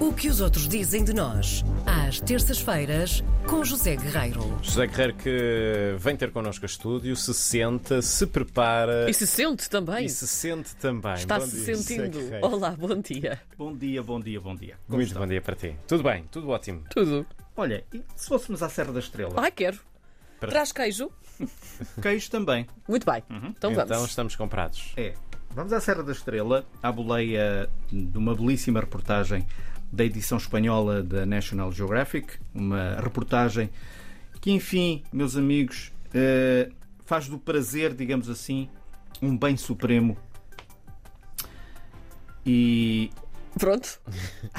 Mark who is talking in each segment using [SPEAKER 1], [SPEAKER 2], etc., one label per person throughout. [SPEAKER 1] O que os outros dizem de nós, às terças-feiras, com José Guerreiro.
[SPEAKER 2] José Guerreiro que vem ter connosco a estúdio, se senta, se prepara
[SPEAKER 3] E se sente também.
[SPEAKER 2] e se sente também.
[SPEAKER 3] Está-se
[SPEAKER 2] Bom dia, é José
[SPEAKER 3] sentindo.
[SPEAKER 2] Guerreiro.
[SPEAKER 3] Olá, bom dia.
[SPEAKER 4] Bom dia, bom dia, bom dia. Como
[SPEAKER 2] Muito
[SPEAKER 4] está?
[SPEAKER 2] bom dia para ti. Tudo bem, tudo ótimo.
[SPEAKER 3] Tudo.
[SPEAKER 4] Olha, e se fôssemos à Serra da Estrela?
[SPEAKER 3] Ai, quero.
[SPEAKER 2] Para-
[SPEAKER 3] Traz queijo.
[SPEAKER 4] Queijo também.
[SPEAKER 3] Muito bem. Então vamos.
[SPEAKER 2] Então estamos comprados.
[SPEAKER 4] É. Vamos à Serra da Estrela, à boleia de uma belíssima reportagem da edição espanhola da National Geographic. Uma reportagem que, enfim, meus amigos, eh, faz do prazer, digamos assim, um bem supremo. E
[SPEAKER 3] Pronto.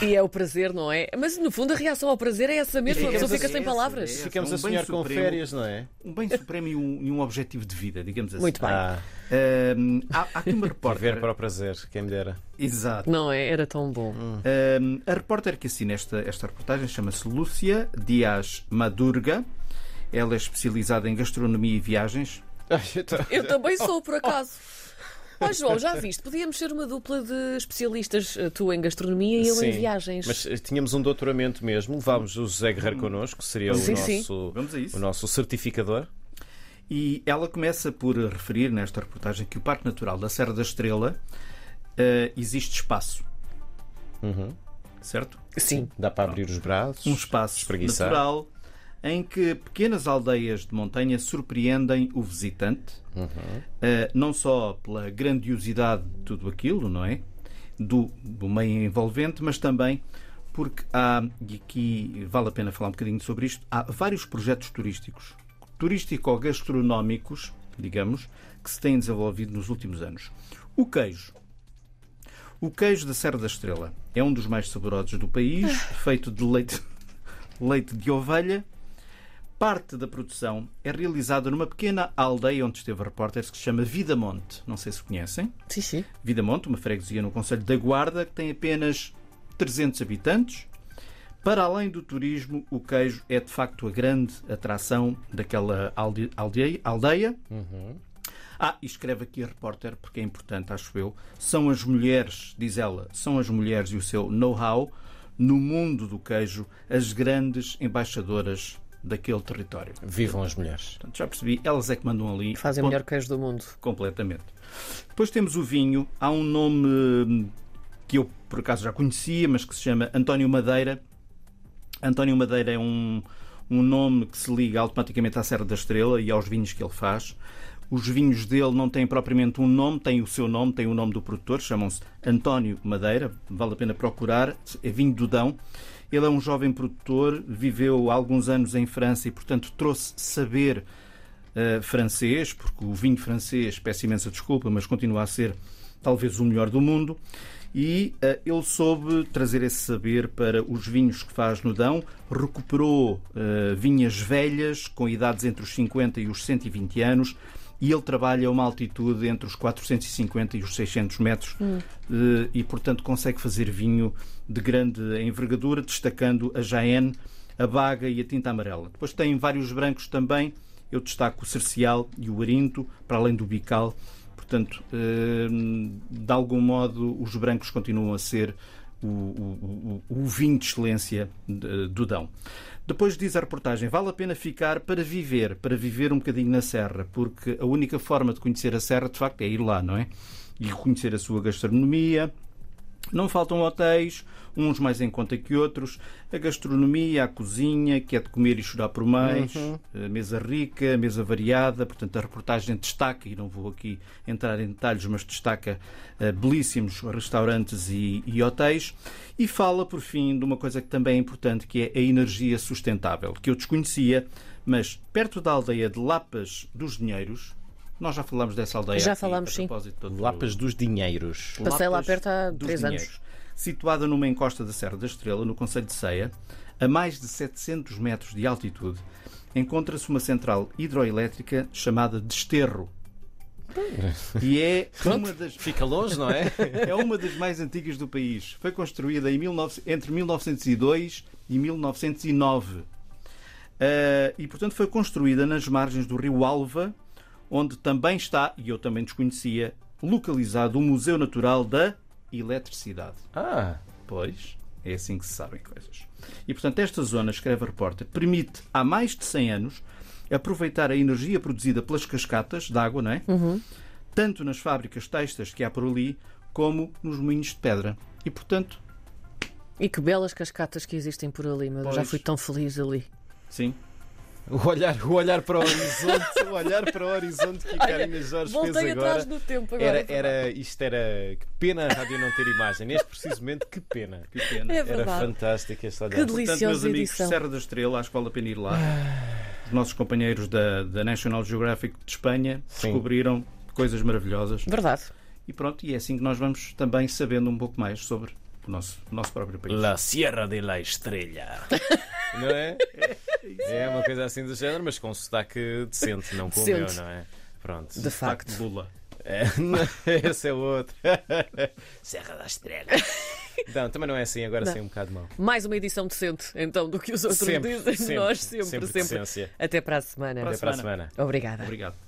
[SPEAKER 3] E é o prazer, não é? Mas no fundo a reação ao prazer é essa mesmo. A
[SPEAKER 4] ficamos
[SPEAKER 3] pessoa fica
[SPEAKER 4] assim,
[SPEAKER 3] sem
[SPEAKER 4] é
[SPEAKER 3] palavras.
[SPEAKER 4] essa, é
[SPEAKER 2] Ficamos
[SPEAKER 4] um
[SPEAKER 2] a
[SPEAKER 4] bem
[SPEAKER 2] sonhar com
[SPEAKER 4] supremo.
[SPEAKER 2] férias, não é?
[SPEAKER 4] um bem supremo e um, e um objetivo de vida, digamos assim.
[SPEAKER 3] Muito bem.
[SPEAKER 2] Ah,
[SPEAKER 4] Eh, há, há aqui uma
[SPEAKER 2] viver
[SPEAKER 4] repórter.
[SPEAKER 2] para o prazer, quem me dera.
[SPEAKER 4] Exato.
[SPEAKER 3] Não é? Era tão bom.
[SPEAKER 2] Hum.
[SPEAKER 4] Um, a repórter que assina esta, esta reportagem chama-se Lúcia Dias Madurga. Ela é especializada em gastronomia e viagens.
[SPEAKER 3] Eu também sou,
[SPEAKER 2] Oh.
[SPEAKER 3] por acaso. Ó João, já viste? Podíamos ser uma dupla de especialistas, eh, tu em gastronomia e eu em
[SPEAKER 2] Sim,
[SPEAKER 3] viagens.
[SPEAKER 2] Mas eh, tínhamos um doutoramento mesmo, levámos o José Guerreiro connosco, seria o,
[SPEAKER 3] Sim,
[SPEAKER 2] nosso,
[SPEAKER 3] sim.
[SPEAKER 4] Vamos a isso.
[SPEAKER 2] o nosso certificador.
[SPEAKER 4] E ela começa por referir nesta reportagem que o Parque Natural da Serra da Estrela eh, existe espaço. Certo?
[SPEAKER 3] Sim.
[SPEAKER 2] Dá para abrir os braços.
[SPEAKER 4] Um espaço
[SPEAKER 2] Espreguiçar.
[SPEAKER 4] natural em que pequenas aldeias de montanha surpreendem o visitante, eh, não só pela grandiosidade de tudo aquilo, não é? Do, do meio envolvente, mas também porque há, e aqui vale a pena falar um bocadinho sobre isto, há vários projetos turísticos, turístico-gastronómicos, digamos, que se têm desenvolvido nos últimos anos. O queijo. O queijo da Serra da Estrela é um dos mais saborosos do país, feito de leite, leite de ovelha. Parte da produção é realizada numa pequena aldeia onde esteve a repórter que se chama Vidamonte. Não sei se conhecem.
[SPEAKER 3] Sim, sim.
[SPEAKER 4] Vidamonte, uma freguesia no Conselho da Guarda, que tem apenas 300 habitantes. Para além do turismo, o queijo é de facto a grande atração daquela alde- aldeia. aldeia.
[SPEAKER 3] Uhum.
[SPEAKER 4] Ah, e escreve aqui a repórter, porque é importante, acho eu. São as mulheres, diz ela, são as mulheres e o seu know-how no mundo do queijo as grandes embaixadoras daquele território.
[SPEAKER 2] Vivam as mulheres.
[SPEAKER 4] Portanto, já percebi, elas é que mandam ali.
[SPEAKER 3] Fazem o
[SPEAKER 4] Ponto
[SPEAKER 3] melhor queijo do mundo.
[SPEAKER 4] Completamente. Depois temos o vinho. Há um nome hum, que eu por acaso já conhecia, mas que se chama António Madeira. António Madeira é um, um nome que se liga automaticamente à Serra da Estrela e aos vinhos que ele faz. Os vinhos dele não têm propriamente um nome, têm o seu nome, têm o nome do produtor, chamam-se António Madeira, vale a pena procurar, é vinho do Dão. Ele é um jovem produtor, viveu há alguns anos em França e, portanto, trouxe saber eh, francês, porque o vinho francês, peço imensa desculpa, mas continua a ser talvez o melhor do mundo. E eh, ele soube trazer esse saber para os vinhos que faz no Dão, recuperou eh, vinhas velhas com idades entre os 50 e os 120 anos. E ele trabalha a uma altitude entre os 450 e os 600 metros eh, e, portanto, consegue fazer vinho de grande envergadura, destacando a Jaén, a Baga e a Tinta Amarela. Depois tem vários brancos também, eu destaco o Cercial e o Arinto, para além do Bical. Portanto, hum, de algum modo, os brancos continuam a ser o, o- o- o vinho de excelência de- do Dão. Depois diz a reportagem: vale a pena ficar para viver, para viver um bocadinho na Serra, porque a única forma de conhecer a Serra, de facto, é ir lá, não é? E conhecer a sua gastronomia, não faltam hotéis, uns mais em conta que outros. A gastronomia, a cozinha, que é de comer e chorar por mais.
[SPEAKER 3] Uhum.
[SPEAKER 4] A mesa rica, a mesa variada. Portanto, a reportagem destaca, e não vou aqui entrar em detalhes, mas destaca eh, belíssimos restaurantes e, e hotéis. E fala, por fim, de uma coisa que também é importante, que é a energia sustentável, que eu desconhecia, mas perto da aldeia de Lapas dos Dinheiros, nós já falámos dessa aldeia.
[SPEAKER 3] Já
[SPEAKER 4] aqui,
[SPEAKER 3] falámos,
[SPEAKER 4] a
[SPEAKER 3] sim.
[SPEAKER 4] propósito de outro-
[SPEAKER 2] Lapas dos dinheiros.
[SPEAKER 3] Passei lá
[SPEAKER 4] Lapas
[SPEAKER 3] perto há
[SPEAKER 4] dos
[SPEAKER 3] três anos.
[SPEAKER 4] Dinheiros. Situada numa encosta da Serra da Estrela, no Conselho de Ceia, a mais de 700 metros de altitude, encontra-se uma central hidroelétrica chamada Desterro. E é uma das,
[SPEAKER 2] Fica longe, não é?
[SPEAKER 4] é uma das mais antigas do país. Foi construída em 19 entre 1902 e 1909. Ah, e, portanto, foi construída nas margens do rio Alva, onde também está, e eu também desconhecia, localizado o Museu Natural da Eletricidade.
[SPEAKER 2] Ah,
[SPEAKER 4] Pois. É assim que se sabem coisas. E, portanto, esta zona, escreve a repórter, permite há mais de 100 anos aproveitar a energia produzida pelas cascatas de água, não é?
[SPEAKER 3] Uhum.
[SPEAKER 4] Tanto nas fábricas textas que há por ali, como nos moinhos de pedra. E, portanto,
[SPEAKER 3] E que belas cascatas que existem por ali, meu Deus. Já
[SPEAKER 4] Pois.
[SPEAKER 3] fui tão feliz ali.
[SPEAKER 4] sim,
[SPEAKER 2] O olhar, o olhar para o horizonte, o olhar para o horizonte que a Carolina Jorge fez
[SPEAKER 3] Voltei atrás é
[SPEAKER 2] agora.
[SPEAKER 3] no tempo agora.
[SPEAKER 2] Era, era, isto era. Que pena a rádio não ter imagem. Neste preciso momento, que pena.
[SPEAKER 4] que pena.
[SPEAKER 3] É
[SPEAKER 2] Era
[SPEAKER 3] verdade.
[SPEAKER 2] fantástico este olhar.
[SPEAKER 3] Que
[SPEAKER 4] Portanto, meus
[SPEAKER 3] deliciosa
[SPEAKER 4] amigos,
[SPEAKER 3] edição. Ah.
[SPEAKER 4] Serra da Estrela, acho que vale a pena ir lá. Os nossos companheiros da, da National Geographic de Espanha
[SPEAKER 2] Sim.
[SPEAKER 4] descobriram coisas maravilhosas.
[SPEAKER 3] Verdade.
[SPEAKER 4] E pronto, e é assim que nós vamos também sabendo um pouco mais sobre o nosso, o nosso próprio país.
[SPEAKER 2] La Sierra de la Estrela. Não é? É uma coisa assim do género, mas com um sotaque decente, não com o meu,
[SPEAKER 3] Decente.
[SPEAKER 2] não é? Pronto.
[SPEAKER 3] De
[SPEAKER 4] Facto
[SPEAKER 3] facto.
[SPEAKER 4] de Lula.
[SPEAKER 2] É, esse é o outro. Serra da Estrela. Não, também não é assim, agora
[SPEAKER 3] Não.
[SPEAKER 2] sim um bocado mal.
[SPEAKER 3] Mais uma edição decente, então, do que os outros
[SPEAKER 2] Sempre,
[SPEAKER 3] dizem.
[SPEAKER 2] sempre,
[SPEAKER 3] Nós sempre,
[SPEAKER 2] sempre
[SPEAKER 3] sempre.
[SPEAKER 2] decência.
[SPEAKER 3] Até para a semana.
[SPEAKER 2] Até para a semana.
[SPEAKER 3] Obrigada.
[SPEAKER 4] Obrigado.